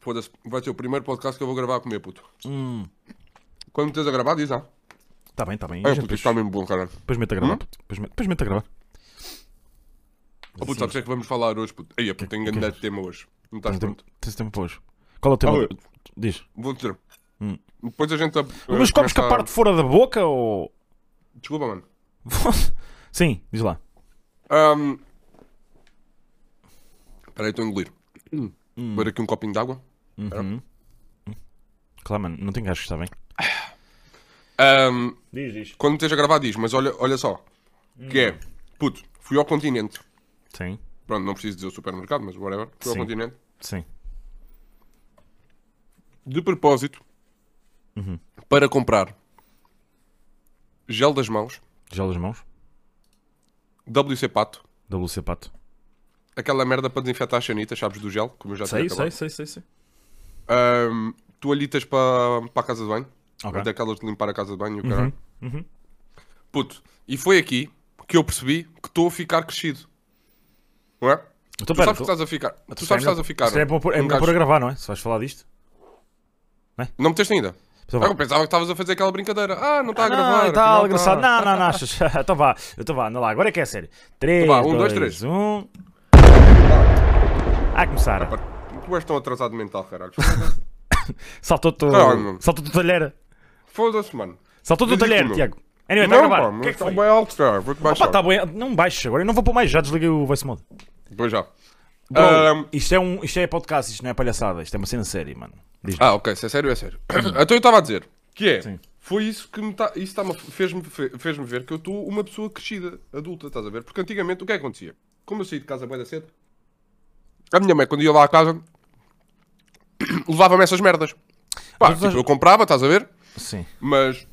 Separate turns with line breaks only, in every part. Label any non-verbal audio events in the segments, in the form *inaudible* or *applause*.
Foda-se, vai ser o primeiro podcast que eu vou gravar a comer, puto.
Hum.
Quando me tens a gravar, diz lá.
Tá bem, tá bem.
Ah,
A
é, Hum? Tá puto, isto
gente depois,
está mesmo bom, caralho.
depois mete a gravar. puto. Depois, mete- depois mete a gravar.
Oh, puto, sabes o que é que vamos falar hoje, puto? Aí, puto, tenho
que-
grande tema hoje. Não estás
Tens tempo,
pronto.
tens tempo para hoje. Qual é o tema?
Ah,
Diz.
Vou dizer. Depois a gente.
Hum. Mas copos com a parte de fora da boca ou. *laughs*
Desculpa, mano.
Sim, diz lá.
Ahm. Peraí, estou a engolir.
Hum.
Vou ver aqui um copinho de água.
Claro, mano, não tem gajos, está bem?
Ahm,
Diz, diz. Hum.
quando me esteja a gravar, diz, mas olha, olha só. Que é, puto, fui ao continente.
Sim,
Pronto, não preciso dizer o supermercado, mas whatever. Fui
Sim.
ao continente.
sim.
De propósito, para comprar gel das mãos,
Gelo as mãos.
WC Pato,
WC Pato.
aquela merda para desinfetar as sanitas, sabes, do gel, como eu já
Sei,
tinha
sei,
acabado.
sei, sei, sei.
Ahm, toalhitas para, para a casa de banho.
Ok. Uhum,
Daquelas de limpar a casa de banho e o caralho. Puto, e foi aqui que eu percebi que estou a ficar crescido. Não é?
Então,
tu
pera,
sabes que
tu-
estás a ficar. Tu sabes que
Ainda-
estás a ficar.
Se é para pôr- é
um
melhor
gajo-
pôr a gravar, não é? Se vais falar disto.
Não meteste ainda?
Então
Ah, eu pensava que estavas a fazer aquela brincadeira. Ah, não está a gravar.
Ah, e
afinal
tal,
tá.
engraçado. Não, não, não achas. *laughs* Então vá, então vá, anda lá, agora é que é sério. 3,
Então vá,
1,
um, dois,
2,
três.
3, 1. A começar.
Pá, Tu és tão atrasado mental, caralho.
Saltou-te o-
Caralho, meu.
saltou-te o talher.
Foda-se, mano.
Saltou-te o talher,
Ridículo.
Tiago. Anyway, está a
não,
gravar.
pá, um
O que é que foi?
está bem alto, cara. Vou-te baixar.
Pá, tá bem. Não baixo agora, eu não vou pôr mais, já desliguei o voice mode.
Depois já.
Bro,
Ahm,
isto, é um, isto é podcast, isto não é palhaçada, isto é uma cena séria, mano. Diz
Ah, ok, se é sério, é sério. então eu estava a dizer que é.
Sim.
Foi isso que me tá, isso tá fez-me fe- fez-me ver que eu estou uma pessoa crescida, adulta, estás a ver? Porque antigamente o que é que acontecia? Como eu saí de casa bem da cedo, a minha mãe, quando ia lá à casa, *coughs* levava-me essas merdas. Pá,
Mas tu
tipo,
estás-
eu comprava, estás a ver?
Sim.
Mas.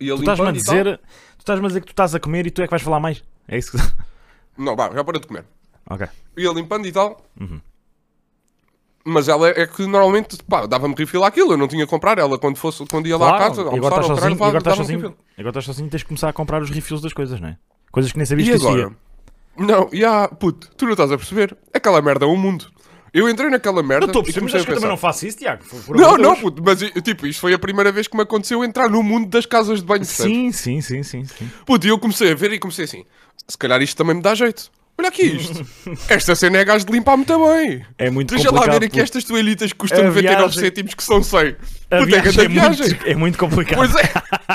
Ia
Tu estás-me a
limpando Ah, e tal.
dizer. Tu estás-me a dizer que tu estás a comer e tu é que vais falar mais. É isso que. *laughs*
Não, vá, já para de comer.
ok.
Ia limpando e tal.
Uhum.
Mas ela é é que normalmente, pá, dava-me refil àquilo, eu não tinha que comprar. Ela quando, fosse, quando ia lá à casa,
Claro, e agora
almoçar
estás
ou caralho,
sozinho, e agora estás
dava-me
sozinho,
um refil.
agora estás sozinho, tens de começar a comprar os refills das coisas, não é? Coisas que nem sabias
E
que existia.
agora? Não, e há, puto, tu não estás a perceber? Aquela merda é um mundo. Eu entrei naquela merda
Eu estou a
e
perceber, mas
comecei
acho
a
que eu
pensar.
também não faço isso, Tiago. Por- por
Não,
amor de
não,
Deus.
puto, mas eu, tipo, isto foi a primeira vez que me aconteceu entrar no mundo das casas de banho. percebes?
Sim, sim, sim, sim, sim.
Puto, e eu comecei a ver e comecei assim: se calhar isto também me dá jeito. Olha aqui
*laughs*
isto. Esta cena é gajo de limpar muito bem.
É muito
Deixa lá
complicado,
ver aqui
puto.
estas toalhitas que custam
A
99
viagem-
cêntimos que são 100. Puto,
A
é grande
viagem é,
viagem.
muito, *laughs* é muito complicado.
Pois é,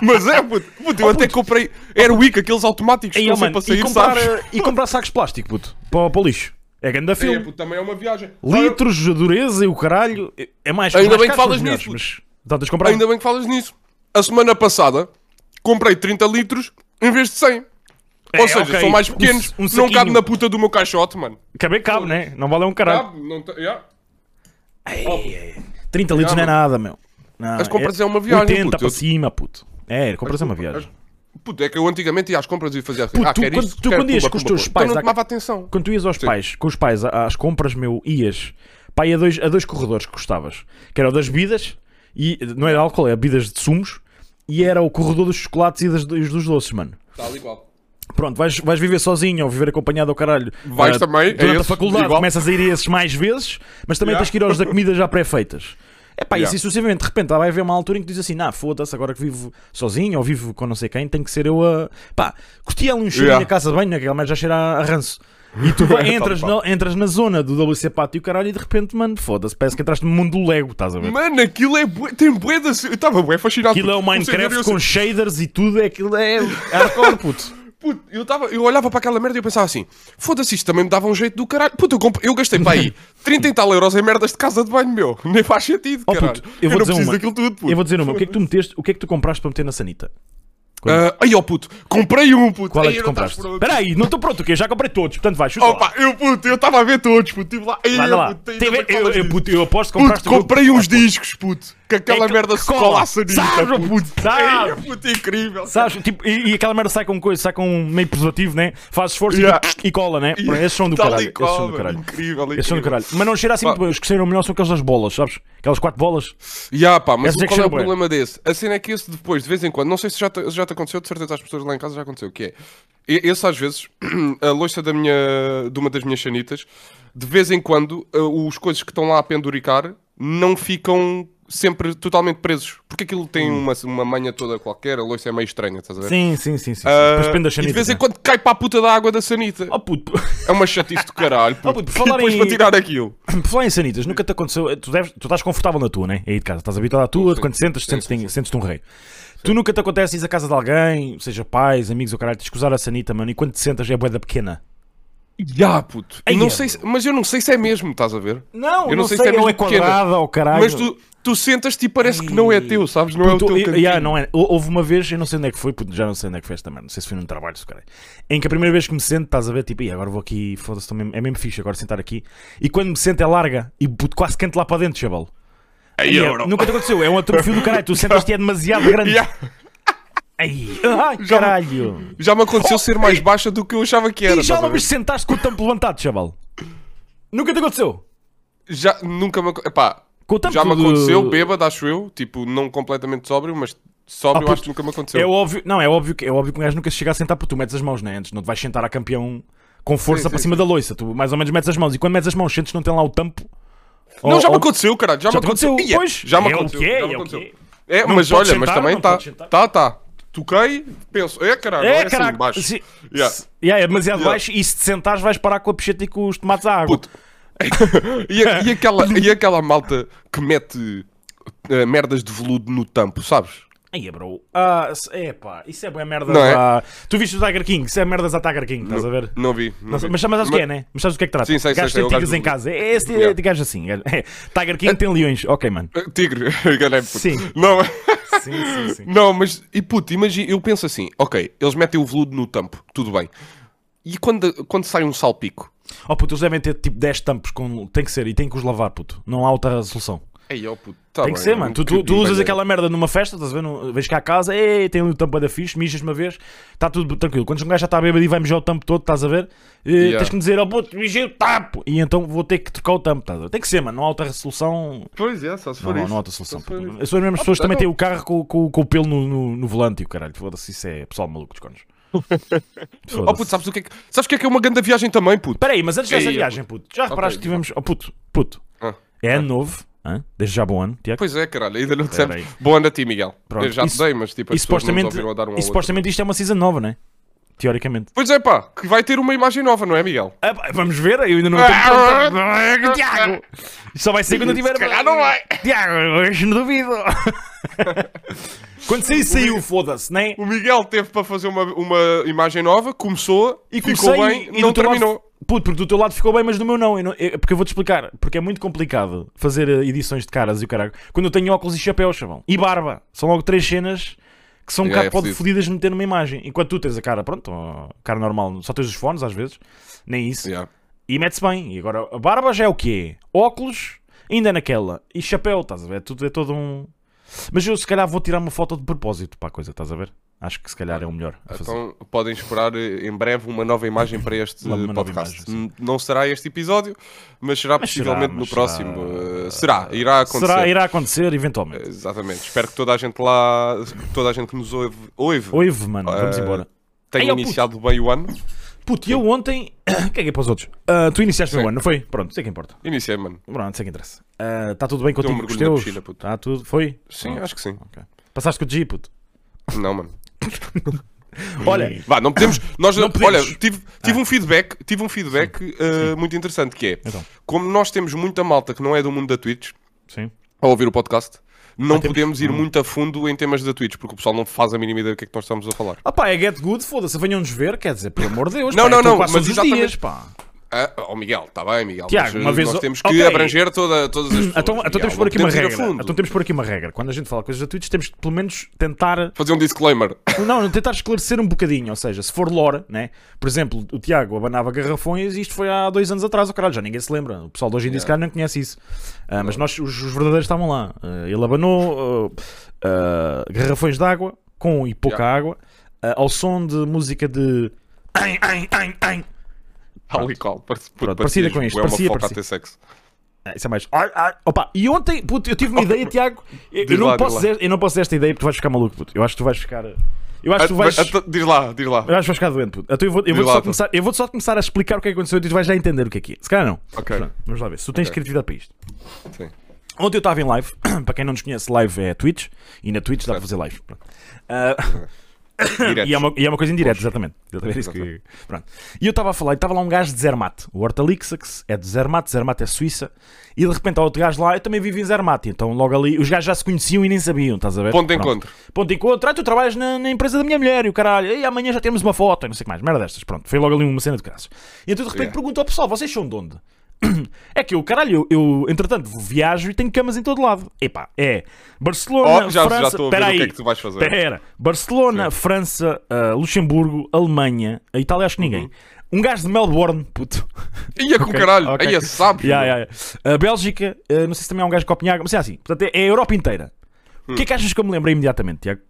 mas é, puto. Puto, eu até comprei Airwick, aqueles automáticos que
Ei,
estão
ó, mano,
sempre a
e,
sair,
comprar,
sabes?
eh, e comprar sacos de plástico, puto, para, para o lixo. É grande
É,
filme.
puto, também é uma viagem.
Litros de dureza e o caralho. é- É mais
Ainda
mais
bem que
caros,
falas
mas melhores,
nisso.
Mas, então, tens de comprar.
Tá, Ainda bem que falas nisso. A semana passada comprei 30 litros em vez de 100.
É,
Ou seja,
ok.
são mais
Um-
pequenos.
um
não
saquinho.
cabe na puta do meu caixote, mano.
Cabe, cabe, né? Não vale um caralho.
Cabe, não tá- yeah.
Ei, ei, 30 litros não é
mano.
nada, meu. Não,
As compras é uma viagem,
80
puto.
para
Eu-
cima, puto. É, compras é uma viagem.
Puto, é que eu antigamente ia às compras e fazia assim.
Puto,
ah,
tu
quer
quando-
isto,
tu
quero
quando ias
pumba,
com os
pumba,
teus
pumba.
pais
Então
à-
não tomava atenção.
Quando tu ias aos pais, com os pais a- às compras, meu, ias pá, e a dois, a dois corredores que gostavas, que era o das bebidas, e não era álcool, era bebidas de sumos, e era o corredor dos chocolates e das, dos dos doces, mano.
Está igual.
Pronto, vais, vais viver sozinho ou viver acompanhado ao caralho.
Vais
ah,
também, é
Durante a
esse,
faculdade
igual.
começas a ir a esses mais vezes, mas também
Yeah.
tens que ir aos da comida
*laughs*
já pré-feitas. É pá, e
Yeah.
assim sucessivamente, de repente, vai haver uma altura em que diz assim: nah, foda-se, agora que vivo sozinho ou vivo com não sei quem, tem que ser eu a. pá, curti ali um cheirinho
Yeah. É
na casa de banho, naquela merda já cheira a ranço. E
*laughs*
tu vai- entras, na, entras na zona do WC Pátio e o caralho, e de repente, mano, foda-se, parece que entraste no mundo do Lego, estás a ver?
Mano, aquilo é. bué- Tem bué da. Eu estava bué fascinado.
Aquilo é o
puto. Comecei a ver e
Minecraft
eu assim,
com shaders e tudo, é aquilo é hardcore, puto.
Puto, eu, tava, eu olhava para aquela merda e eu pensava assim: foda-se, isto também me dava um jeito do caralho. Puto, eu, comp- eu gastei para
*laughs*
aí 30 e tal euros em merdas de casa de banho, meu. *laughs* Nem faz sentido,
Oh,
caralho.
puto,
eu,
eu vou
não
dizer
preciso
uma.
daquilo tudo, puto.
Eu vou dizer uma. O que é que tu meteste? O que é que tu compraste para meter na sanita?
Ah, aí, ó puto, comprei um, puto.
Qual é
Aí,
que tu
não estás
compraste?
pronto.
Espera aí, não estou pronto, o quê? Já comprei todos, portanto vai, chuta lá.
um. Opa, eu, puto, eu estava a ver todos, puto. Estive lá. Aí,
Vai,
eu,
lá.
puto,
Teve-
ainda bem que
eu,
falas
eu,
disso.
eh, puto, eu aposto que
Puto,
compraste o-
comprei uns discos, puto. que aquela
É que-
merda
que
se
cola.
cola à sanita,
Sabe,
puto. *laughs*
puto, sabe.
É, puto, incrível.
Sabes? Tipo, e, e aquela merda sai com coisa, sai com meio preservativo, né? Faz esforço e-
Yeah.
e, cola, né? Pronto, Esses são do
Tal e
caralho. Esses são do
qual,
caralho.
Incrível, incrível.
Esses são do caralho. Mas não cheira assim
Pá.
muito bem. Os que cheiram melhor são aqueles das bolas, sabes? Aquelas quatro bolas.
Ya, pá, mas
Esses é que
qual é
cheiram
o
bué.
problema desse? A cena é que esse depois, de vez em quando, não sei se já te, se já te aconteceu, de certeza às pessoas lá em casa já aconteceu, que é, e- esse às vezes, *clears throat* a louça da minha, de uma das minhas chanitas, de vez em quando, eh, os coisas que estão lá a penduricar não ficam sempre totalmente presos, porque aquilo tem uma, uma manha toda qualquer, a louça é meio estranha, estás a ver?
Hum. Sim, sim, sim. sim, sim.
Ah,
Depois prende as
e de vez
sanitas,
em
né?
quando cai para a puta da água da sanita.
Oh puto, *laughs*
É uma chatice do caralho, puto.
puto,
E *laughs*
falar
depois
em-
para tirar aquilo.
por falar em sanitas, nunca te aconteceu. eh, Tu, deves, tu estás confortável na tua, né? Aí de casa, estás habituado à tua,
Sim,
quando sentas,
sim,
sentes-te em- sentes-te um rei. Tu nunca te acontece ires à casa de alguém, seja pais, amigos ou caralho, tens que usar a sanita, mano, e quando te sentas é boeda pequena.
Ya, puto.
Ai,
não
é,
sei se- mas eu não sei se é mesmo, estás a ver?
Não,
Eu não sei se é
ou é
mesmo pequena.
quadrada ou caralho.
Mas tu, tu sentas-te e parece que não é teu, sabes? Não é o
Puto,
teu
eu-
cantinho.
yeah, não é. Hou- Houve uma vez, eu não sei onde é que foi, puto, já não sei onde é que foi esta merda, não sei se foi num trabalho, se caralho, em que a primeira vez que me sento, estás a ver, tipo, "Ih, agora vou aqui, foda-se, tô mesmo- é mesmo fixe agora sentar aqui, e quando me sento é larga, e puto, quase canto lá para dentro, chavalo.
Aí,
Yeah,
eu não-
nunca te aconteceu, é um atrofio do caralho, tu sentas-te e é demasiado grande.
*laughs* Yeah.
Ai, ai,
Já me-
caralho.
Já me aconteceu ser mais baixa do que eu achava que era.
E Oh, já
estás a
uma
ver?
vez sentaste com o tampo levantado, chaval. Nunca te aconteceu.
Já nunca me aconteceu. Epá,
Com o tampo
já me
de-
aconteceu, bêbado, acho eu. Tipo, não completamente sóbrio, mas
Ah,
sóbrio
puto,
acho que nunca me aconteceu.
É óbvio, não, é óbvio que é óbvio que um gajo nunca se chega a sentar porque tu metes as mãos, né? Antes não te vais sentar a campeão com força
Sim,
para
sim,
cima da loiça, tu mais ou menos metes as mãos e quando metes as mãos sentes que não tem lá o tampo.
Não,
Ou-
já me
ou-
aconteceu, caralho. Já,
oh, Já
me
te
aconteceu.
aconteceu?
Ia,
Pois,
já me
é o
aconteceu.
que é,
já me
é o
aconteceu.
que
É,
Não
mas
pode
olha,
sentar,
mas também
não
tá.
pode sentar.
Tá, tá. Toquei, penso. É, caralho, não é,
É,
assim,
caraca,
baixo.
se-
Yeah.
se- yeah, é demasiado
Yeah.
baixo e se te sentares vais parar com a pecheta e com os tomates à água.
Puto. E, a- e aquela, e aquela malta que mete eh, merdas de veludo no tampo, sabes?
Aí, bro. Ah, se- epá, isso é boa merda.
Não é?
da- Tu viste o Tiger King, isso é merdas a Tiger King, estás a ver?
Não vi. Não
Não sei,
vi.
mas sabes o que é, né? Mas sabes o que é que trata?
Sim, sei, sei,
Gajos
sei, o
antigas
gajo
em
do-
casa. É esse
Yeah.
de gajo assim. gajo- É. Tiger King tem leões. Ok,
*laughs*
mano.
Eh, Tigre, enganei
Sim.
Não,
Sim, sim, sim.
não, mas e puto, imagina, eu penso assim, ok, eles metem o veludo no tampo, tudo bem. E quando, quando sai um salpico?
Oh puto, eles devem ter tipo 10 tampos com. Tem que ser, e tem que os lavar, puto. Não há outra solução.
Ei, ó puto, tá
Tem que
bem,
ser, mano. Tu, tu-
que
tu usas
bem,
aquela merda numa festa, estás a ver? Num- Vens cá a casa, ei, tem ali o tampo da fixe, mijas uma vez, está tudo tranquilo. Quando um gajo já está bêbado e vai mijar o tampo todo, estás a ver? Eh,
Yeah.
Tens que me dizer, oh puto, mijei o tampo. E então vou ter que trocar o tampo, estás a ver? Tem que ser, mano. Não há outra solução.
Pois é, só se
Não,
for
não,
isso.
não há outra
Só se
solução.
for isso.
puto. As mesmas pessoas também
então-
têm o carro com, com- com o pelo no, no- no volante e o caralho. Foda-se, isso é pessoal maluco
*laughs*
dos cones.
Oh puto, sabes o que é que, sabes o que é que é uma grande viagem também, puto?
Peraí, mas antes dessa
Ei,
viagem, puto, já reparaste que tivemos. Oh puto, puto.
Ah.
É ano novo, hã? desde já bom ano, Tiago.
Pois é, caralho, ainda não
Peraí.
dissemos. Bom ano a ti, Miguel.
Pronto,
Eu já te
isso-
dei, mas tipo,
E
as pessoas não nos
supostamente,
ouviram a dar um ao
e
outro.
supostamente isto é uma season nova, né? Teoricamente.
Pois é, pá, que vai ter uma imagem nova, não é, Miguel?
Ah, pá, vamos ver, eu ainda Ah, não tenho. Tiago! Isto só vai ser quando eu tiver.
Se calhar não vai.
Tiago, hoje não *laughs* duvido. quando saiu, saiu, foda-se, né?
O Miguel teve para fazer uma, uma imagem nova, começou,
E
ficou
comecei
bem,
e, e
não
do teu
terminou.
Lado, puto, porque do teu lado ficou bem, mas do meu não. Eu não- eu- porque eu vou-te explicar. Porque é muito complicado fazer eh, edições de caras e o caralho. Quando eu tenho óculos e chapéu, chavão. E barba. São logo três cenas que são um
Yeah,
bocado
é
pode
fodido.
fodidas de meter numa imagem. Enquanto tu tens a cara, pronto, ó, cara normal. Só tens os fones às vezes. Nem isso.
Yeah.
E mete-se bem. E agora, a barba já é o quê? Óculos, ainda é naquela. E chapéu, estás a ver? É Tudo, é todo um... Mas eu se calhar vou tirar uma foto de propósito para a coisa, estás a ver? Acho que se calhar é o melhor a fazer.
Então podem esperar eh, em breve uma nova imagem para este
Uma- uma nova
podcast.
imagem,
N- não será este episódio, mas será
Mas será,
possivelmente
mas
no
será.
próximo. eh, será, irá acontecer.
Será, irá acontecer eventualmente.
Exatamente. Espero que toda a gente lá, que toda a gente que nos ouve, ouve,
Oive, mano,
Ah,
vamos embora.
tenha
Ei, ó, puto.
iniciado bem o ano.
Puto, e eu ontem. *coughs* Caguei para os outros. Ah, tu iniciaste o
Sim.
ano, não foi? Pronto, sei que importa.
Iniciei, mano.
Pronto, sei que interessa. Está tudo bem contigo
um
com os
mergulho na
teus?
piscina, puto.
Está tudo. Foi? Ah,
Sim, é. acho que sim.
Passaste com o G, puto.
Não,
*laughs*
mano.
Olha,
Vá, não podemos. Nós,
Não podemos. Ah.
Olha, tive, tive um feedback, tive um feedback eh, muito interessante que é
Então.
como nós temos muita malta que não é do mundo da Twitch
sim.
a ouvir o podcast, não
Ah, temos- Hum.
podemos ir muito a fundo em temas da Twitch, porque o pessoal não faz a mínima ideia do que é que nós estamos a falar.
Ah pá, é get good, foda-se, venham-nos ver, quer dizer, pelo amor de Deus.
Não,
pá,
não,
eu tô
não,
quase
mas
todos os
exatamente-
dias, pá.
Ah, oh Miguel, está bem, Miguel.
Tiago,
mas,
uma
eh,
vez
nós
o-
temos que
Ok.
abranger toda, todas as pessoas.
Então, então
Miguel,
temos de pôr aqui uma
temos ir a
regra.
fundo.
Então temos de pôr aqui uma regra. Quando a gente fala coisas gratuitas, temos de pelo menos tentar
Fazer um
*laughs*
disclaimer.
Não, tentar esclarecer um bocadinho, ou seja, se for lore, né? Por exemplo, o Tiago abanava garrafões e isto foi há dois anos atrás, o caralho, já ninguém se lembra. O pessoal de hoje em dia, se calhar, não conhece isso. Ah, mas nós, os, os verdadeiros estavam lá. Ah, ele abanou ah, ah, garrafões de água, com e pouca água, ah, ao som de música de. Ai, ai, ai, ai.
Tal e qual. Parece-
Pronto, parecida com
parecia-
isto,
É uma
parecia,
foca a
parecia.
ter sexo.
Ah, Isso é mais. Ai, ai. Opa, e ontem, puto, eu tive uma ideia,
*laughs*
Tiago. Eu, eu
Diz
não
lá, diz
posso
lá.
dizer, eu não posso dizer esta ideia porque tu vais ficar maluco, puto. Eu acho que tu vais ficar. Eu acho que tu
Ah,
vais.
mas- ah, Diz lá, diz lá.
Eu acho que vais ficar doente, puto. Então eu vou, eu vou
Diz lá,
só
então.
começar, eu vou só começar a explicar o que é que aconteceu e tu vais já entender o que é que é. Se calhar não.
Ok.
Pronto, vamos lá ver. Se tu tens criatividade para isto.
Sim.
Ontem eu estava em live. *clears throat* para quem não nos conhece, live é Twitch. E na Twitch dá para fazer live. Pronto. Ah,
Direto.
e, é uma, e é uma coisa indireta, exatamente. Exatamente isso que- pronto. E eu estava a falar, e estava lá um gajo de Zermatt. O Hortalixa, que se- é de Zermatt, Zermatt é Suíça. E de repente há outro gajo lá, eu também vivo em Zermatt. Então logo ali, os gajos já se conheciam e nem sabiam, estás a ver?
Ponto de
Pronto.
encontro.
Ponto de encontro, ah, tu trabalhas na, na empresa da minha mulher e o caralho, e amanhã já temos uma foto e não sei o que mais, merda destas, pronto, foi logo ali uma cena de graças. E então de repente
Yeah.
pergunto ao pessoal, vocês são de onde? *clears throat* É que eu, caralho, eu, eu, entretanto viajo e tenho camas em todo lado. Epá, é Barcelona,
Oh, já- já
França,
estou a ver
pera
o que
aí,
é que tu vais fazer.
pera, Barcelona, França, ah, Luxemburgo, Alemanha, a Itália acho que ninguém. Um gajo de Melbourne, puto.
Ia com Uhum. *laughs* caralho.
ok.
Aí é sabes.
Ya, ya, ya. A Bélgica, ah, não sei se também há um gajo de Copenhague, mas é assim, portanto é- é a Europa inteira. O que é que
Hum.
achas que eu me lembrei imediatamente, Tiago?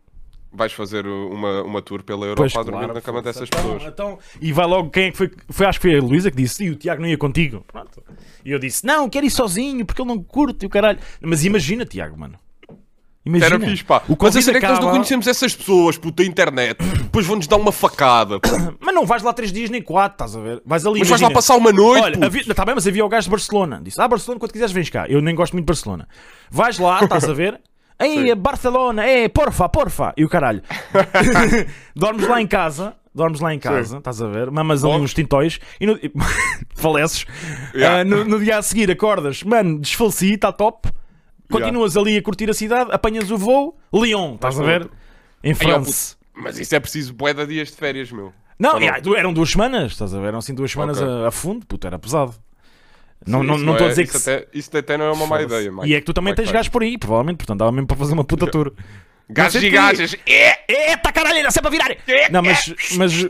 Vais fazer uma, uma tour pela Europa
Pois,
a dormir
claro,
na cama
foda-se.
dessas
Então-
pessoas.
então- e vai logo quem é que foi, foi acho que foi a Luísa que disse, e o Tiago não ia contigo. Pronto. E eu disse, não, quero ir sozinho, porque ele não curte e o caralho. Mas imagina, Tiago, mano. Imagina.
Era fixe, pá.
O
Mas a
convite
cena é que nós não
acaba-
conhecemos essas pessoas, puta, internet. Depois vão-nos dar uma facada. pá.
Mas não vais lá três dias nem quatro, estás a ver? Vais ali.
Mas vais lá
imagina.
passar uma noite,
Olha,
puto.
havia, tá bem, mas havia o gajo de Barcelona. Disse: Ah, Barcelona, quando quiseres, vens cá. Eu nem gosto muito de Barcelona. Vais lá, estás a
*laughs*
ver? Ei, Barcelona, é, porfa, porfa. E o caralho. dormes lá em casa, dormes lá em casa, estás a ver? Mamas ali
Bom.
uns tintóis e *laughs* no... faleces.
Yeah.
Ah, no, no dia a seguir acordas, mano, desfaleci, está top. Continuas ali a curtir a cidade, apanhas o voo, Lyon, estás a
para
ver?
outro.
Em
Aí, ó,
France.
puto, Mas isso é preciso bué de dias de férias, meu.
Não,
Ou
e aí, du- eram duas semanas, estás a ver? Eram assim duas semanas
Ok.
a, a fundo, puto, era pesado. Não
Isso
estou não, estou
é-
a dizer que.
isso
se-
até, isso até não é uma má
Foda-se.
ideia, Mike.
E é que tu também
Mike
tens
Tyson.
gajos por aí, provavelmente, portanto dava mesmo para fazer uma puta
*laughs*
tour.
Gajos
Não sei
e
que-
gajas. É!
Eita caralho, era sempre a virar! Não, mas, mas, *laughs*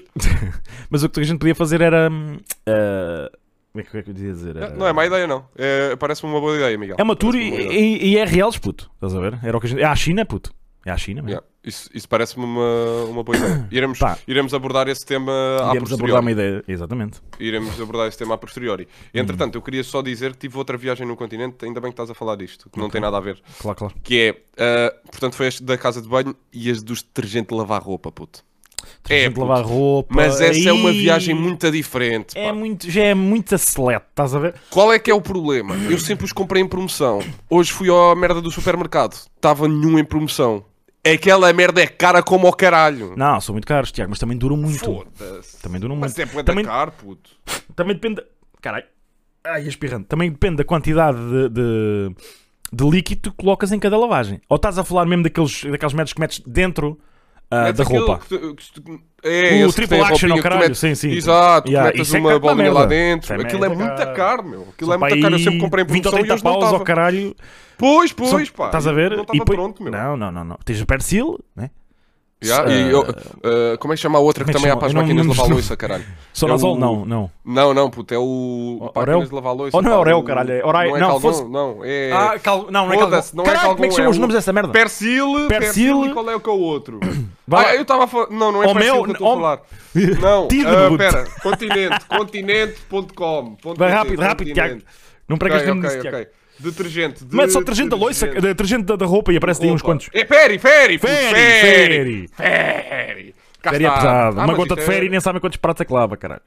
mas o que a gente podia fazer era. hum, ah, Como é que- como é que eu devia dizer? Era-
Não é má ideia, não. É, Parece-me uma boa ideia, Miguel.
É uma tour e,
Parece-me uma boa ideia.
e, e é reales, puto. Estás a ver? Era o que a gente... É à China, puto. É à China mesmo.
Yeah, Isso, isso parece-me uma, uma boa
*coughs*
ideia. Iremos,
Pá.
iremos abordar esse tema à
Podíamos
posteriori.
abordar uma ideia. Exatamente.
Iremos abordar esse tema a posteriori.
Uhum.
Entretanto, eu queria só dizer que tive outra viagem no continente, ainda bem que estás a falar disto, que não tem nada a ver.
Claro, claro.
Que é, ah, portanto, foi este da casa de banho e as dos detergente de lavar roupa, puto.
Tens gente de lavar roupa.
É, Mas essa é uma
aí-
viagem muito diferente.
É
pá.
muito, já é muito acelete, estás a ver?
Qual é que é o problema? Eu sempre os comprei em promoção. Hoje fui à merda do supermercado. Estava nenhum em promoção. Aquela merda é cara como ao caralho.
Não, são muito caros, Tiago, mas também duram muito.
Foda-se.
Também duram
Mas
muito.
é bué da
também,
caro, puto.
também depende. Caralho. Ai, espirrando. Também depende da quantidade de, de, de líquido que colocas em cada lavagem. Ou estás a falar mesmo daqueles, daqueles metros que metes dentro ah,
Metes
da
aquilo
roupa.
que tu- que se tu- é, esse
O
que
triple
tem a
action,
roupinha
oh,
que tu
caralho,
metes-
sim, sim.
Exato,
Yeah,
tu metes
isso é
uma
caro para
bolinha lá
merda.
dentro.
Isso é
Aquilo é
merda,
muito
cara.
caro, meu. Aquilo é
Pá,
muito caro. Eu sempre
e
comprei em
20 ou
promoção e
30
hoje não
paus ao
estava.
caralho.
Pois,
São-
pois, pá.
Estás a ver?
Não
E
estava
depois-
pronto, meu.
Não, não, não, não. Tens o Persil, né?
Yeah, e
Ah.
eu- ah, como é que chama a outra que
Como
também
é que
há
chama?
para as
Eu não me
máquinas de
lembro.
lavar louça, caralho?
Sonazol,
o-
não, não.
Não, não, puto, é o.
Orel?
Máquinas de lavar louça.
Oh, não é
pá,
Orel,
o-
caralho, é Orai-
Não é
não,
Calgon,
fosse-
não. É.
Ah, cal... não, não é
Foda-se,
caldo.
não é
Caralho, como
Calgon,
é que são os
um-
nomes dessa merda?
Persil,
Persil.
Persil e qual é o que é o outro?
Vai.
Ah, eu estava a falar. Não, não é
Homem,
Persil que eu estou a
homem.
falar.
*laughs*
Não,
Tido,
ah,
puto.
pera, continente, continente.com.
Vai rápido, rápido, Tiago. Não pregas
Ok,
tempo
ok,
nisso, Tiago.
ok. Detergente. de-
Mete só detergente da loiça, detergente da, da roupa e aparece daí uns
Opa.
quantos.
É Ferry, Ferry, puto,
Ferry,
Ferry. Ferry. Cá
Féri é
está.
pesado.
Ah,
Uma
mas
gota de
isto é-
féri e nem sabem quantos pratos é que lava, caralho.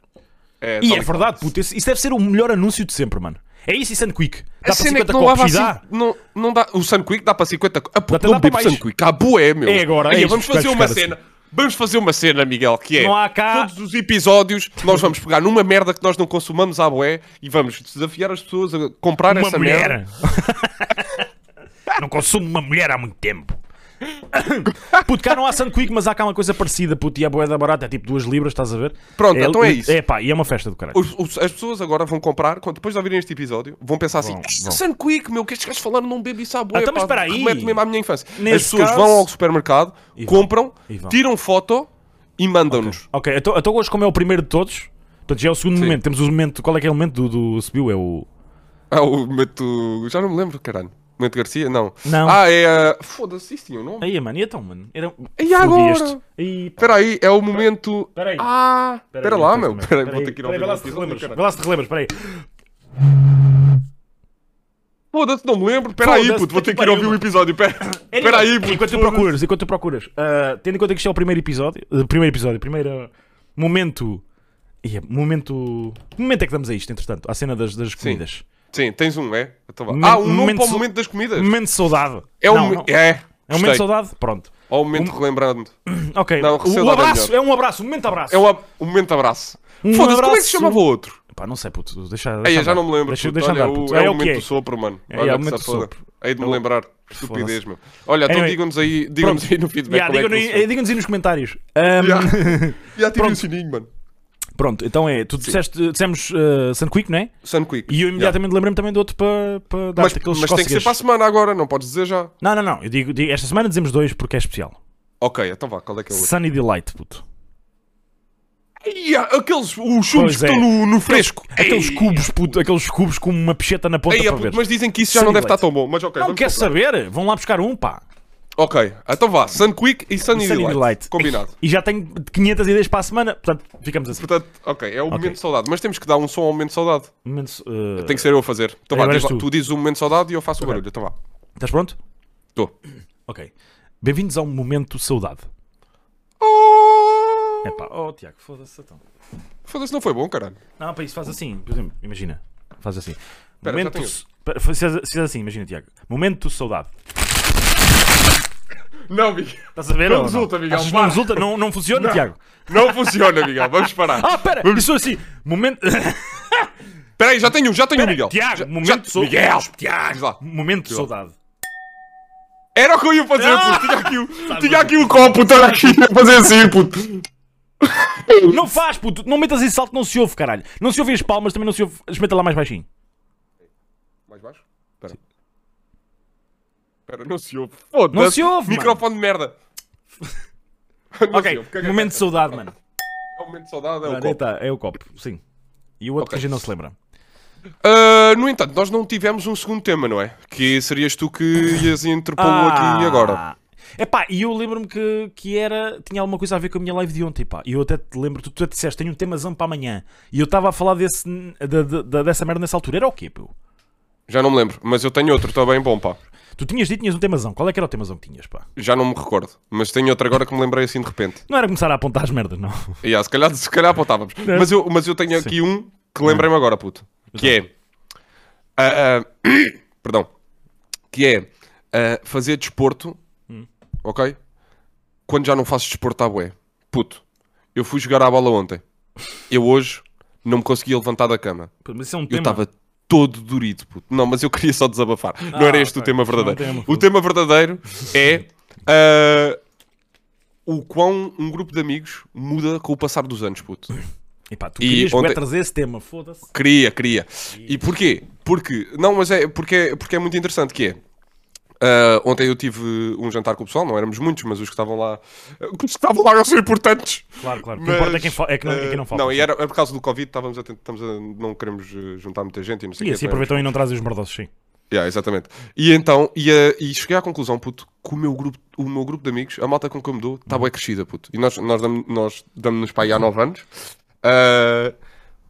É,
E
tal
é
qual.
verdade, puto. Isso, isso deve ser o melhor anúncio de sempre, mano. É isso e Sun Quick. Dá
A
para
cena é que
50
não
copos
lava
e dá.
assim, não, não dá. O Sunquick dá para 50 co- Ah, puto,
Dá-te-
não
dá para
bebo
mais.
Sunquick, há boé, meu.
É agora, é
Aí,
isto,
vamos fazer
vais
uma
buscar
cena. Vamos fazer uma cena, Miguel, que é...
Não há cá-
Todos os episódios nós vamos pegar numa merda que nós não consumamos à boé e vamos desafiar as pessoas a comprar
Uma
*laughs* essa merda.
mulher. Não consumo uma mulher há muito tempo. *coughs* Puto, cá não há Sunquick, mas há cá uma coisa parecida, puto, e a boeda barata é tipo 2 libras, estás a ver?
Pronto, então é isso.
É pá, e é uma festa do caralho.
Os- os- as pessoas agora vão comprar, quando depois de ouvirem este episódio, vão pensar assim:
Vão,
"Ah,
vão.
Sunquick, meu, que estes gajos falaram num bebo e sabor.
Ah, então, mas espera aí.
Remete mesmo à minha infância. as
Nesse
pessoas
caso-
vão ao supermercado,
E vão.
compram,
E vão.
tiram foto e mandam-nos.
Ok, então, então hoje, como é o primeiro de todos, portanto já é o segundo
Sim.
momento. Temos o momento, qual é que é o momento do, do subiu? É o.
Ah, o Meto. Já não me lembro, caralho. Meto Garcia? Não.
Não.
Ah, é. uh, Foda-se, isso tinha um nome.
Aí, mano, e então, mano? Era...
E agora?
Fudeste. Aí, pá,
Espera aí, é o momento.
Pera aí.
Ah,
pera
espera
aí,
lá,
tens
meu.
também.
Espera aí,
Pera
vou ter que ir ao
pera aí, vê lá se te
episódio,
relembras,
caralho.
vê lá se te relembras, peraí.
Foda-se, não me lembro. Espera aí,
Foda-se,
puto, vou
que
ter que ir ouvir
pariu,
o episódio. Espera aí, puto.
Enquanto tu
foda-se.
procuras, enquanto tu procuras, ah, tendo em conta que isto é o primeiro episódio, eh, primeiro episódio, primeiro momento. Ih, é momento. Que momento é que damos a isto, entretanto? À cena das, das comidas.
Sim, tens um, é? Então vá.
Mom-
Ah, um nome
momento
para o
so-
momento das comidas.
Momento de saudade.
É
Não,
um.
não.
É.
É um momento de
gostei.
saudade? Pronto. *clears throat*
Ou um momento relembrando.
Ok.
Não,
o,
saudade
o
é
abraço, é, um abraço, um momento de abraço.
É um ab- um momento abraço.
Um
Foda-se, como é que se
abraço.
chamava o outro?
Pá, não sei, puto. Deixa,
Aí,
deixa
eu já
andar.
não me lembro.
Deixa,
puto.
deixa
Olha,
andar,
o-
puto.
é
é
o
o que
momento
é.
do sopro, mano.
É, é
Olha
o
que
momento do
safoda.
sopro. Oh,
Aí de me lembrar. Estupidez, meu. Olha, então
Anyway.
digam-nos aí digam-nos aí no feedback.
Yeah,
como é que
digam,
funciona.
aí, digam-nos aí nos comentários. Ahm,
*laughs* Yeah. E ativem o
Pronto.
sininho, mano.
Pronto, então é. Tu disseste, dissemos uh, Sunquick, não é?
Sunquick.
E eu
Yeah.
imediatamente lembrei-me também do outro para pa dar
Mas,
aqueles
mas tem que ser
cócegas.
para a semana agora, não podes dizer já.
Não, não, não. Eu digo, digo- esta semana dizemos dois porque é especial.
Ok, então vá, qual é que é o outro?
Sunny Delight, puto.
Ia, aqueles os chumos
Pois
que
é.
estão no, no fresco.
Aqueles
Ei,
cubos, puto. Aqueles cubos com uma picheta na ponta
ei, é
para
puto,
ver.
mas dizem que isso já não
Sunny
deve estar
Delight.
tão bom. Mas ok,
Não
vamos
quer
comprar.
saber? Vão lá buscar um, pá.
Ok, então vá, Sun Quick e Sunny,
Sunny
Delight.
Delight. *laughs*
Combinado.
E já tenho 500 ideias para a semana, portanto, ficamos assim.
Portanto, ok, é o momento de saudade. Mas temos que dar um som ao momento de saudade.
Momentos, uh,
Tem que ser eu a fazer. Então
Agora
vá, diz
és
lá, tu.
tu.
dizes o momento de saudade e eu faço o barulho. Então vá.
Estás pronto?
Estou.
Ok. Bem-vindos ao Momento Saudade.
Oh!
É pá, oh Tiago, foda-se então.
Foda-se, não foi bom, caralho.
Não, para isso faz assim, por exemplo, imagina. Faz assim.
Espera, já tenho.
s- Espera, faz- se faz se faz assim, imagina, Tiago. Momento saudade.
Não, Miguel.
Estás a ver?
Não
ou
resulta, Miguel,
Achas que
para.
Não resulta, não, não funciona, Tiago.
Não funciona, Miguel. Vamos parar.
Ah, pera, isso assim. Momento. *laughs*
Espera aí, já tenho um, já tenho um, Miguel.
Tiago,
já,
momento
já...
sou-
Miguel, Tiago. diz lá.
Momento de saudade.
Era o que eu ia fazer,
Ah! Tá
puto. Tinha aqui, o- tinha aqui o copo, estava aqui a fazer assim, puto.
Não faz, puto, não metas esse salto, não se ouve, caralho. Não se ouve as palmas, também não se ouve. Esmeta lá mais baixinho.
Mais baixo? Espera. Espera, não se ouve. Foda-se.
Não se ouve, mano.
Microfone de merda. *laughs* Não se
Ok,
ouve. Caga-
momento de saudade, mano.
É o momento de saudade, é o
Ah,
copo.
tá, é o copo, sim. E o outro
Ok.
que a gente não se lembra.
Ah, no entanto, nós não tivemos um segundo tema, não é? Que serias tu que ias
Ah.
interpô-lo aqui agora.
Epá, e eu lembro-me que, que era. Tinha alguma coisa a ver com a minha live de ontem, pá. E eu até te lembro, tu, tu até disseste, tenho um temazão para amanhã. E eu estava a falar desse, da- da- da- dessa merda nessa altura. Era o quê, pô?
Já não me lembro, mas eu tenho outro também bom, pá.
Tu tinhas dito, tinhas um temazão. Qual é que era o temazão que tinhas, pá?
Já não me recordo, mas tenho outro agora que me lembrei assim de repente.
Não era começar a apontar as merdas, não.
E ah, se calhar, se calhar apontávamos. Mas eu, mas eu tenho aqui um que lembrei-me agora, puto. Que é. ah, ah, *coughs* perdão. Que é ah, fazer desporto, ok? Quando já não faço desporto à bué. Puto, eu fui jogar à bola ontem. Eu hoje não me conseguia levantar da cama.
Pô, Mas isso é um
Eu
tema.
estava todo dorido, puto. Não, mas eu queria só desabafar. não era este o
ok.
tema
Isto não é um
verdadeiro.
tema,
o
foda-se.
tema verdadeiro
*laughs*
é ah, o quão um grupo de amigos muda com o passar dos anos, puto.
Epá, tu
E
querias bué
ontem-
trazer esse tema, foda-se.
Queria, queria. E porquê? Porque, não, mas é porque, é- porque é muito interessante que é. ah, ontem eu tive um jantar com o pessoal, não éramos muitos, mas os que estavam lá, uh, os que estavam lá, eles são importantes.
Claro, claro. O que
Mas,
importa é quem, fa- é que não, é quem não
eh,
fala.
e era, era por causa do Covid, estávamos a, tent- estamos a- não queremos eh, juntar muita gente e não sei o
E
quê,
assim
também.
aproveitam e não trazem os mordosos, sim.
Yeah, exatamente. E então, e, eh, e cheguei à conclusão, puto, que o meu grupo, o meu grupo de amigos, a malta com que eu me dou, está bem crescida, puto. E nós, nós damos- nós damos-nos para aí há 9 anos. Ah,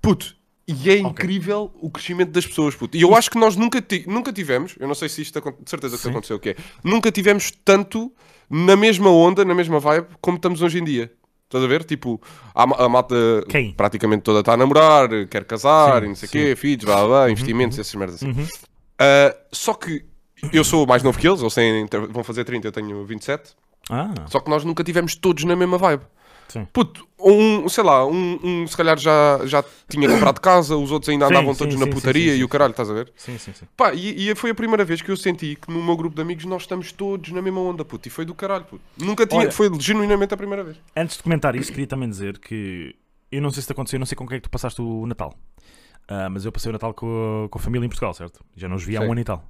puto, e é incrível o crescimento das pessoas, puto. E eu acho que nós nunca, ti- nunca tivemos, eu não sei se isto acon- de certeza que aconteceu, o que é, nunca tivemos tanto na mesma onda, na mesma vibe, como estamos hoje em dia. Estás a ver? Tipo, a, ma- a malta
Quem?
praticamente toda está a namorar, quer casar,
Sim,
e não sei o
sim. Uhum,
quê, filhos, blá, blá, blá, investimentos, essas merdas assim. Uh, só que eu sou mais novo que eles, eles têm, vão fazer 30, eu tenho 27.
Ah,
Só que nós nunca tivemos todos na mesma vibe.
Sim.
Puto, um, sei lá, um, um se calhar já, já tinha comprado casa, os outros ainda
Sim,
andavam
sim,
todos
sim,
na
sim,
putaria
sim,
e o caralho, estás a ver?
Sim, sim, sim.
Pá, e, e foi a primeira vez que eu senti que no meu grupo de amigos nós estamos todos na mesma onda, puto, e foi do caralho, puto. Nunca tinha,
Olha.
foi genuinamente a primeira
*gasps*
vez.
Antes de comentar isso, queria também dizer que eu não sei se te aconteceu, eu não sei com quem é que tu passaste o Natal. Ah, mas eu passei o Natal com a, com a família em Portugal, certo? Já não os vi há um
Sim.
ano e tal.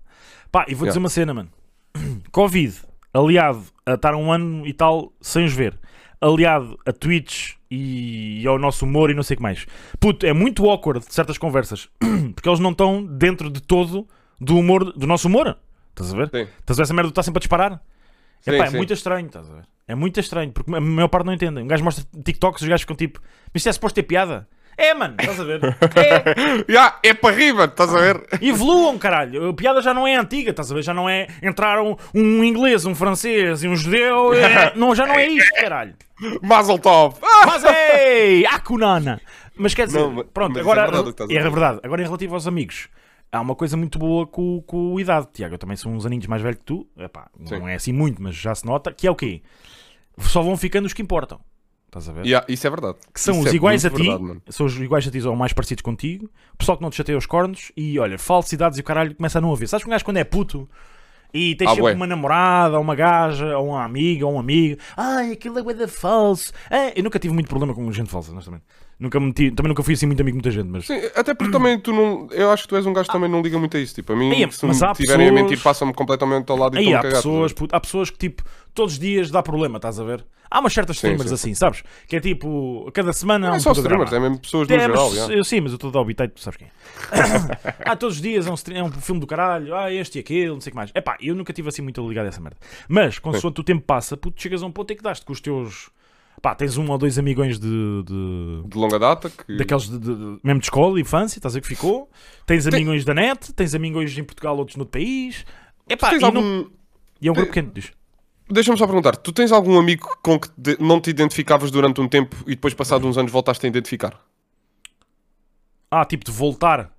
Pá, e vou
Yeah.
dizer uma cena, mano. *clears throat* Covid, aliado a estar um ano e tal sem os ver, aliado a Twitch e, e ao nosso humor e não sei o que mais. Puto, é muito awkward certas conversas, *clears throat* porque eles não estão dentro de todo do humor, do nosso humor. Estás a ver?
Sim.
Estás a ver essa merda do está sempre a disparar?
Sim,
Epá, é
sim.
muito estranho, estás a ver? É muito estranho, porque a maior parte não entendem. Um gajo mostra TikToks e os gajos ficam tipo, mas isto é suposto ter piada? É, mano, estás
*laughs*
a ver? É,
Ya, é para rir, mano, estás a ver?
evoluam, caralho. A piada já não é antiga, estás a ver? Já não é entraram um inglês, um francês e um judeu. é- não, já não é isto, caralho.
Mazel tov! Ah!
Mas ei, acunana. Mas quer dizer,
Não, mas-
pronto,
mas isso
agora
é verdade o que estás a
é
dizer.
verdade. Agora em relativo aos amigos, há uma coisa muito boa com, com a idade, Tiago. Eu também sou uns aninhos mais velho que tu. Epá, não
Sim.
é assim muito, mas já se nota que é o quê? Só vão ficando os que importam. Estás a ver?
Ya, isso é verdade.
Que são
Isso
os
é
iguais a
muito
ti,
verdade, mano.
são os iguais a ti ou mais parecidos contigo, o pessoal que não te chateia os cornos e olha, falsidades e o caralho começa a não haver. Sabes que um gajo quando é puto e tens
Ah,
sempre
bué.
uma namorada, ou uma gaja, ou uma amiga, ou um amigo, ai, aquilo é bué da falso. Ah, eu nunca tive muito problema com gente falsa, honestamente. Nunca me meti, também nunca fui assim muito amigo de muita gente, mas.
Sim, até porque também tu não. Eu acho que tu és um gajo que também não liga muito a isso. Tipo, a mim,
Aí,
se me
mas há
tiverem a mentir,
pessoas-
passa-me completamente ao lado e
Aí
estou
há
a cagar.
pessoas, puto, há pessoas que tipo, todos os dias dá problema, estás a ver? Há umas certas streamers
sim.
assim, sabes? Que é tipo, a cada semana há
Não
um
é só
programa.
streamers, é mesmo pessoas no
É, mas
geral.
se-
ya.
eu sim, mas eu estou a dar o bitite, tu
*coughs*
sabes quem é. ah, todos os dias é um, stre- é um filme do caralho, ah, este e aquele, não sei o que mais. Epá, eu nunca tive assim muito ligado a essa merda. Mas, consoante o tempo passa, puto, chegas a um ponto em que dás-te com os teus. Pá, tens um ou dois amigões de. de-
De longa data, que.
Daqueles de, de- de- mesmo de escola, de infância, estás a ver que ficou? Tens amigões da net, tens amigões em Portugal, outros no país. Epá,
Tens
e, não-
algum.
e é um grupo pequeno, diz.
Deixa-me só perguntar, tu tens algum amigo com que te- não te identificavas durante um tempo e depois, passado uns anos, voltaste a identificar?
Ah, tipo de voltar.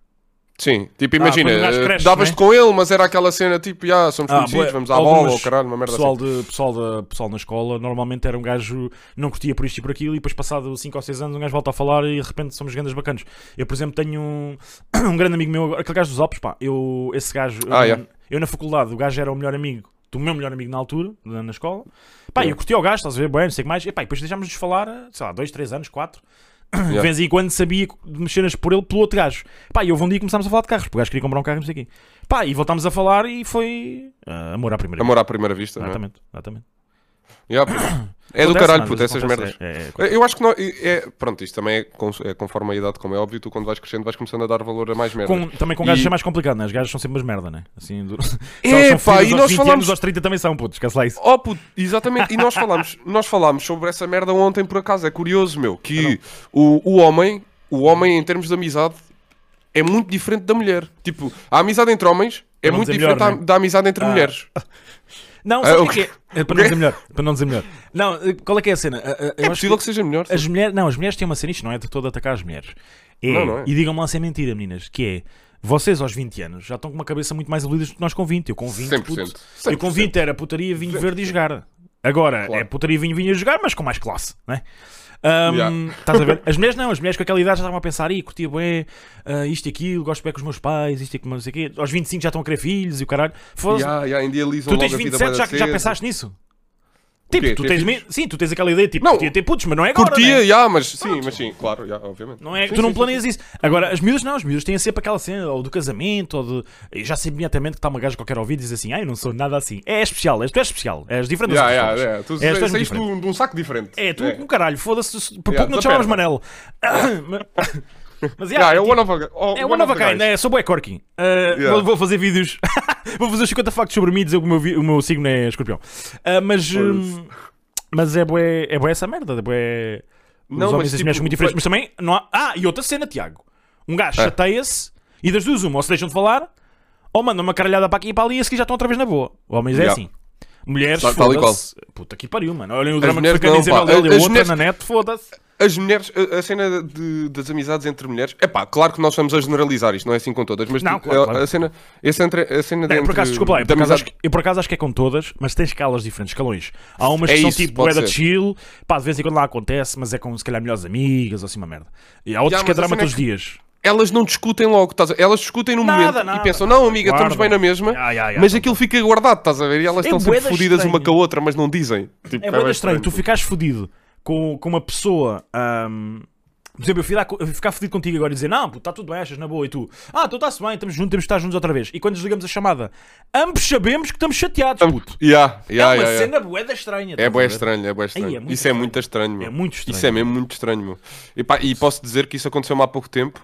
Sim, tipo, imagina,
Ah, quando o gajo
eh,
cresce,
davas-te
né?
com ele, mas era aquela cena tipo, já somos conhecidos,
Ah, bué,
vamos à bola,
algumas-
ou caralho, uma merda
pessoal
assim.
De, pessoal, da pessoal na escola, normalmente era um gajo não curtia por isto e por aquilo, e depois, passado 5 ou 6 anos, um gajo volta a falar e de repente somos grandes bacanas. Eu, por exemplo, tenho um, *clears throat* um grande amigo meu, agora, aquele gajo dos Alpes, pá. Eu, esse gajo, eu,
Ah,
na-
yeah.
eu na faculdade, o gajo era o melhor amigo. Do meu melhor amigo na altura, na, na escola, pá,
Yeah.
eu curti o gajo, estás a ver, bem, não sei o que mais, e pá, e depois deixámos de falar, eh, sei lá, 2, 3 anos, 4, de
*coughs* Yeah.
vez em quando sabia de mexeras por ele pelo outro gajo. Pá, e houve um dia que começámos a falar de carros, porque o gajo queria comprar um carro e não sei o quê. Pá, e voltámos a falar e foi ah, amor à primeira
Amor à primeira vista,
vista.
não é?
Exatamente, exatamente.
Ya, puto. É do
Ah, Acontece,
caralho,
mano,
puto,
às vezes
essas merdas.
acontece, é- é-
Eu acho que não. É, pronto, isto também é, con- é conforme a idade, como é óbvio, tu quando vais crescendo vais começando a dar valor a mais merdas.
com- também com gajos
E-
é mais complicado, né? Os gajos são sempre umas merda, né? Assim,
*laughs*
do...
É, pá, e nós
falamos
falámos-
aos 30 também são, puto, esquece lá isso.
Oh, puto, exatamente. E nós
*laughs*
falámos, nós falámos sobre essa merda ontem, por acaso. É curioso, meu, que o, o homem, o homem em termos de amizade, é muito diferente da mulher. Tipo, a amizade entre homens é
Para não
muito
dizer melhor,
diferente da-
né?
da amizade entre
Ah.
mulheres.
Não, sabe
Ah,
o que é que é? É Para não
Ok.
dizer melhor, para não dizer melhor. Não, eh, qual é que é a cena? Ah, ah, Eu
É
acho que
possível que seja melhor.
as mulheres, não, as mulheres têm uma cena, isto não é de todo atacar as mulheres. É,
Não, não é.
E digam-me lá se é mentira, meninas, que é. Vocês aos 20 anos já estão com uma cabeça muito mais evoluída do que nós com 20. Eu com 20,
100%.
puto, eu com 20 era putaria, vinho verde e jogar. Agora
Claro.
é putaria, vinho, vinho e jogar, mas com mais classe, não é? Ahm,
Yeah.
Estás a ver? As mulheres não, as mulheres com aquela idade já estavam a pensar, "Ih, curtia bem, isto e aquilo, gosto bem com os meus pais, isto e aquilo, não sei o quê. Aos 25 já estão a querer filhos e o caralho. Foda-se,
Já, já, idealizam
Tu
logo
tens
a vida
27,
bué
já,
da
já
cedo.
pensaste nisso? Tipo,
quê?
tu
Ter
tens,
filhos?
me- sim, tu tens aquela ideia, tipo,
Não.
curtia ter putos, mas não é agora.
Curtia,
né?
já, mas sim, mas sim, claro, já, obviamente.
Não é,
Sim,
tu não
sim,
planeias isso. Agora, as miúdas não, as miúdas têm sempre aquela cena, ou do casamento, ou de. Eu já sei imediatamente que está uma gaja qualquer ao ouvir e diz assim: ah, eu não sou nada assim. É especial, és, tu és especial, és diferente
sim. Já,
das outras
já,
pessoas.
já. Tu
És, tu és muito
saíste de
diferente.
um, de um saco diferente.
É, tu com caralho, foda-se, se- por
Yeah,
pouco não te
desaperta.
chamavas Manel. *coughs* Mas, *coughs* mas
Já,
yeah,
é o
tipo,
one of a- o-
é one of a kind, é, sou bué corky. Uh,
Yeah.
vou, vou fazer vídeos, *laughs* vou fazer os 50 factos sobre mim e dizer que o meu, vi- o meu signo é escorpião. Uh, mas, hum, mas é bué, é bué essa merda, é bué...
Não,
Os homens
mas
e as mulheres
tipo,
são muito diferentes, mas também não há... Ah, e outra cena, Tiago. Um gajo
É.
chateia-se e das duas uma, ou se deixam de falar, ou mandam uma caralhada para aqui e para ali e a seguir já estão outra vez na boa. Homens é
Yeah.
assim. Mulheres,
Tal- tal e
foda-se. Puta que pariu, mano. Olhem o drama que
mulheres
foi com a
não,
Isabel
pá.
Adélia,
As
outra
mulheres-
na net, foda-se.
as mulheres, a, a cena de- das amizades entre mulheres, é pá, claro que nós estamos a generalizar isto, não é assim com todas, mas
Não,
tipo,
claro,
a-
claro.
a, cena, esse entre, a cena de
Não, eu É, por
entre-
acaso, desculpa lá, eu
de
por acaso,
amizade-
acho que, eu por acaso acho que é com todas, mas tem escalas diferentes, escalões. Há umas que
É
são
isso,
tipo
pode
é da
ser.
chill, pá, de vez em quando lá acontece, mas é com se calhar melhores amigas ou assim uma merda. E há outros
Já,
que é
mas a
drama
cena é
todos os dias.
elas não discutem logo, estás a... ver? elas discutem num
Nada,
momento
nada.
e pensam, não amiga, estamos
Guardam.
bem na mesma,
Ya, ya, ya,
mas
estão
aquilo fica guardado, estás a ver? E elas
É
estão sempre
bué de
fodidas
estranho.
uma com a outra, mas não dizem. Tipo,
É muito
bué
estranho, tu ficares fodido com, com uma pessoa. ahm, por exemplo, eu, fui dar co- eu ficar fodido contigo agora e dizer não, está tudo bem, achas na boa e tu, ah, então está-se bem, estamos juntos, temos de estar juntos outra vez. E quando desligamos a chamada, ambos sabemos que estamos chateados, puto.
Ya, ya,
é uma
ya, ya.
cena boeda estranha. estás
É
a
bué
ver?
estranho, é bué
Ai,
estranho.
é muito
isso é muito estranho, meu.
É muito
Isso é
estranho.
mesmo muito estranho, meu. E, pá, e posso dizer que isso aconteceu-me há pouco tempo.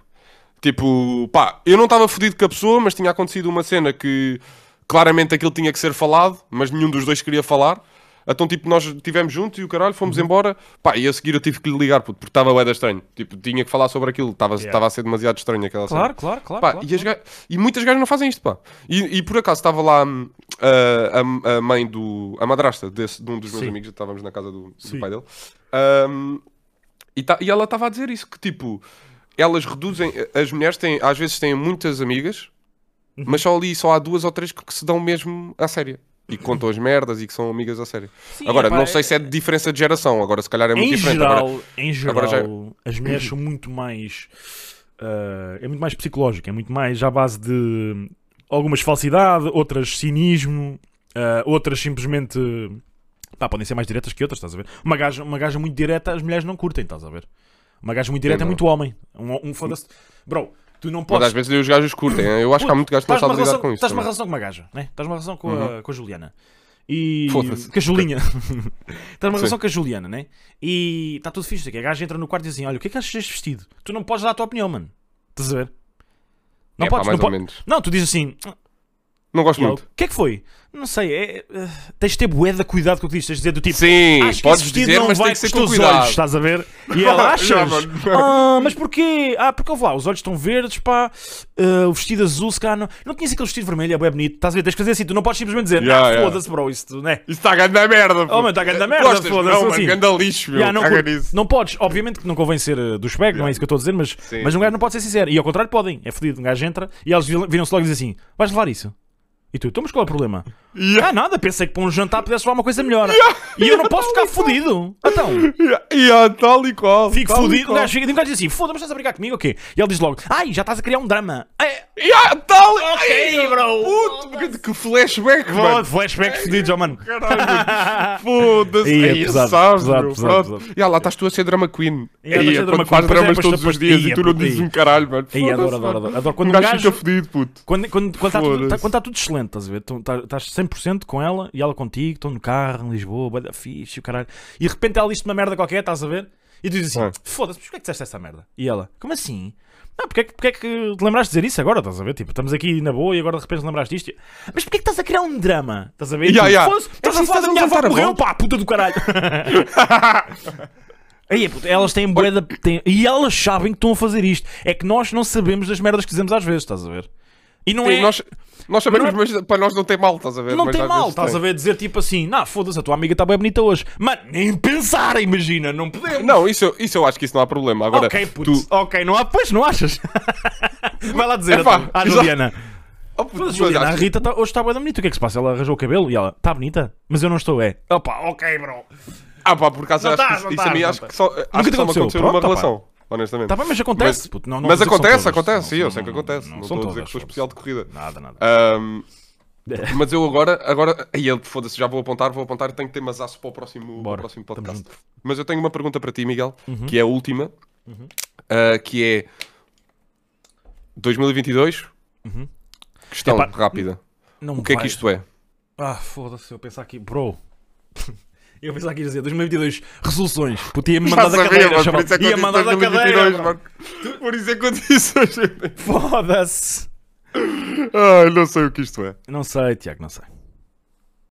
Tipo, pá, eu não estava fodido com a pessoa, mas tinha acontecido uma cena que claramente aquilo tinha que ser falado, mas nenhum dos dois queria falar. Então, tipo, nós estivemos juntos e o caralho,
Uhum.
fomos embora. Pá, e a seguir eu tive que lhe ligar, puto, porque estava bué da estranho. Tipo, tinha que falar sobre aquilo, estava estava a ser demasiado estranho aquela cena.
Claro, claro, claro.
Pá,
Ah, claro,
e, as ga- e muitas gajas não fazem isto, pá. E, e por acaso estava lá hum, a, a- a mãe do. a madrasta desse- de um dos meus
Sim.
amigos, estávamos na casa do, do
Sim.
pai dele. Hum, e, ta- e ela estava a dizer isso: que tipo, elas reduzem. As mulheres têm, às vezes têm muitas amigas,
Uhum.
mas só ali só há duas ou três que, que se dão mesmo à séria. E que contam as merdas e que são amigas a sério.
Uhum. Sim,
agora,
epá,
não
é-
sei se é de diferença de geração, agora se calhar é muito
em
diferente.
geral,
agora,
em geral,
agora já-
as mulheres são muito mais. ah, é muito mais psicológico, é muito mais à base de algumas falsidade, outras cinismo, ah, outras simplesmente. Pá, podem ser mais diretas que outras, estás a ver? Uma gaja, uma gaja muito direta, as mulheres não curtem, estás a ver? Uma gaja muito direta é
não.
muito homem. Um, um foda-se. Bro, tu não
mas
podes.
às vezes os gajos curtem, hein? eu acho que há muito gajo que não
Estás numa
sabe lidar
relação,
com isso.
estás numa
também. Uhum.
relação com uma gaja, né? Estás numa relação com, a, com a Juliana. E.
Foda-se. *laughs*
Com a Julinha. estás numa
Sim.
relação com a Juliana, né? E está tudo fixe. Que a gaja entra no quarto e diz assim: Olha, o que é que achas deste vestido? Tu não podes dar a tua opinião, mano. Estás a ver? Não
É, pá,
podes,
mais
não
ou
po-
menos.
Não, tu dizes assim: "Ah,
Não gosto
e ela,
muito.
O que é que foi? Não sei. é- é- tens de ter bué da cuidado com o que dizes. Tens de dizer do tipo:
Sim,
Acho que esse
podes
vestido
dizer,
não
mas
vai
tem que ser
com
com
os teus
cuidado.
olhos, estás a ver?
*laughs*
E ela achas?
Já, mano.
ah, mas porquê? Ah, porque ouve lá, os olhos estão verdes, pá, ah, o vestido azul, se calhar não. Não tinhas aquele vestido vermelho, é bem bonito, estás a ver? Tens que fazer assim, tu não podes simplesmente dizer,
Yeah,
"Ah,
yeah.
foda-se, bro, isto, né?
Isso está a grande a merda, pô.
Oh, mano, está a grande a merda,
Gostas?
foda-se,
Não, mano,
assim.
ganda lixo, meu.
Yeah, não,
Caga
cur-
nisso.
não podes, obviamente que não convém ser ah, do espectro, não é isso que eu estou a dizer, mas,
Sim,
mas um
sim,
gajo não pode ser sincero. E ao contrário, podem, é fodido. Um gajo entra e eles vil- viram-se logo e dizem assim: vais levar isso? E tu, então, mas qual é o problema?
Yeah.
Ah, nada, pensei que para um jantar pudesse levar uma coisa melhor. E eu não posso ficar fodido. Então.
E ah, tal e qual.
Fico
tal e
fodido. O
qual.
gajo fica, o gajo diz assim: foda-me, estás a brigar comigo ou quê? E ele diz logo: ai, já estás a criar um drama. É,
E ah, tal e
Ok,
Ai,
bro.
Puto, que- que flashback,
oh,
mano.
flashback fodido, ó, mano.
Caralho, *laughs* foda-se.
Ih, é
Ai,
pesado,
sabes,
pesado,
meu,
pesado,
pronto.
pesado.
E ah, lá estás tu a ser drama queen.
E eu estou a ser
Ei, quando
drama queen,
faz
pois é,
dramas
pois
todos
depois-
os dias
Ih,
e tu não
puto,
dizes
ih.
um caralho, mano.
Aí, adoro,
Foda-se,
adoro,
mano.
adoro. Adoro quando
Um
um
gajo fica
gajo.
fodido, puto.
Quando, quando, quando está tudo,
Foda-se.
tá- quando tá tudo excelente, estás a ver? Tão- tá- Estás 100% com ela e ela contigo, estão no carro, em Lisboa, bué da fixe, o caralho. E de repente ela diz uma merda qualquer, estás a ver? E tu dizes assim:
Ah.
foda-se, mas porquê é que disseste essa merda? E ela: como assim? Não, porque é, que, porque é que te lembraste de dizer isso agora? Estás a ver? Tipo, estamos aqui na boa e agora de repente lembraste disto. Mas porquê é que estás a criar um drama? Estás a ver? E
Ya,
tu,
ya.
"Foda-se, Estás
É
a
assim,
falar
estás
da
a
minha avó que
levantar a
morreu, pá, puta
*laughs*
do caralho. Aí, puta, elas têm boeda. Têm... E elas sabem que estão a fazer isto. É que nós não sabemos das merdas que dizemos às vezes, estás a ver? E não
Sim,
é.
Nós, nós sabemos, mas para nós não tem mal, estás a ver?
Não
Mas
tem
às
mal,
vezes
estás
tem.
a ver dizer tipo assim, não, foda-se, a tua amiga está bem bonita hoje. Mano, nem pensar, imagina, não podemos.
Não, isso, eu- isso eu acho que isso não há problema. Agora,
ok, puto,
tu.
ok, não há, pois não achas? *laughs* Vai lá dizer
Epá,
então, à
exato.
Juliana.
Oh, puto,
Mas,
mas
Juliana, a
acho-
Rita tá- hoje está bem bonita, o que é que se passa? Ela arranjou o cabelo e ela, está bonita, mas eu não estou, é. Opa, ok, bro.
Ah, pá, por acaso
Não
acho que
estás,
isso,
não
isso a mim
estás,
acho
não
que só, acho
te
que só me
aconteceu.
aconteceu
Pronto,
numa
tá
relação, honestamente.
Está bem, mas acontece,
Mas-
puto. Não, não
Mas
vou dizer que são
acontece,
todas.
acontece, sim,
Não,
eu sei que
não, não,
acontece. Não estou
são
a dizer que sou
todas,
especial de corrida.
Nada, nada. *laughs*
Ahm, mas eu agora, agora, aí ele, foda-se, já vou apontar, vou apontar, tenho que ter masaço para o próximo, para o
Bora,
próximo
tamo Uhum.
podcast. Mas eu tenho uma pergunta para ti, Miguel, que é a última, ah, que é 2022, questão
Uhum. Epá,
rápida.
Não
O que é que
vais-
isto é?
Ah, foda-se, eu pensar aqui, bro. *laughs* Eu pensava que ia dizer 2022 resoluções. Puto, ia-me mandar da
Estás a ver,
cadeira,
mano,
chaval.
por isso é que eu
Ia
disse
mandar da
2022,
cadeira.
mano. Por isso é que eu disse hoje.
Foda-se.
Ai, não sei o que isto é.
Não sei, Tiago, não sei.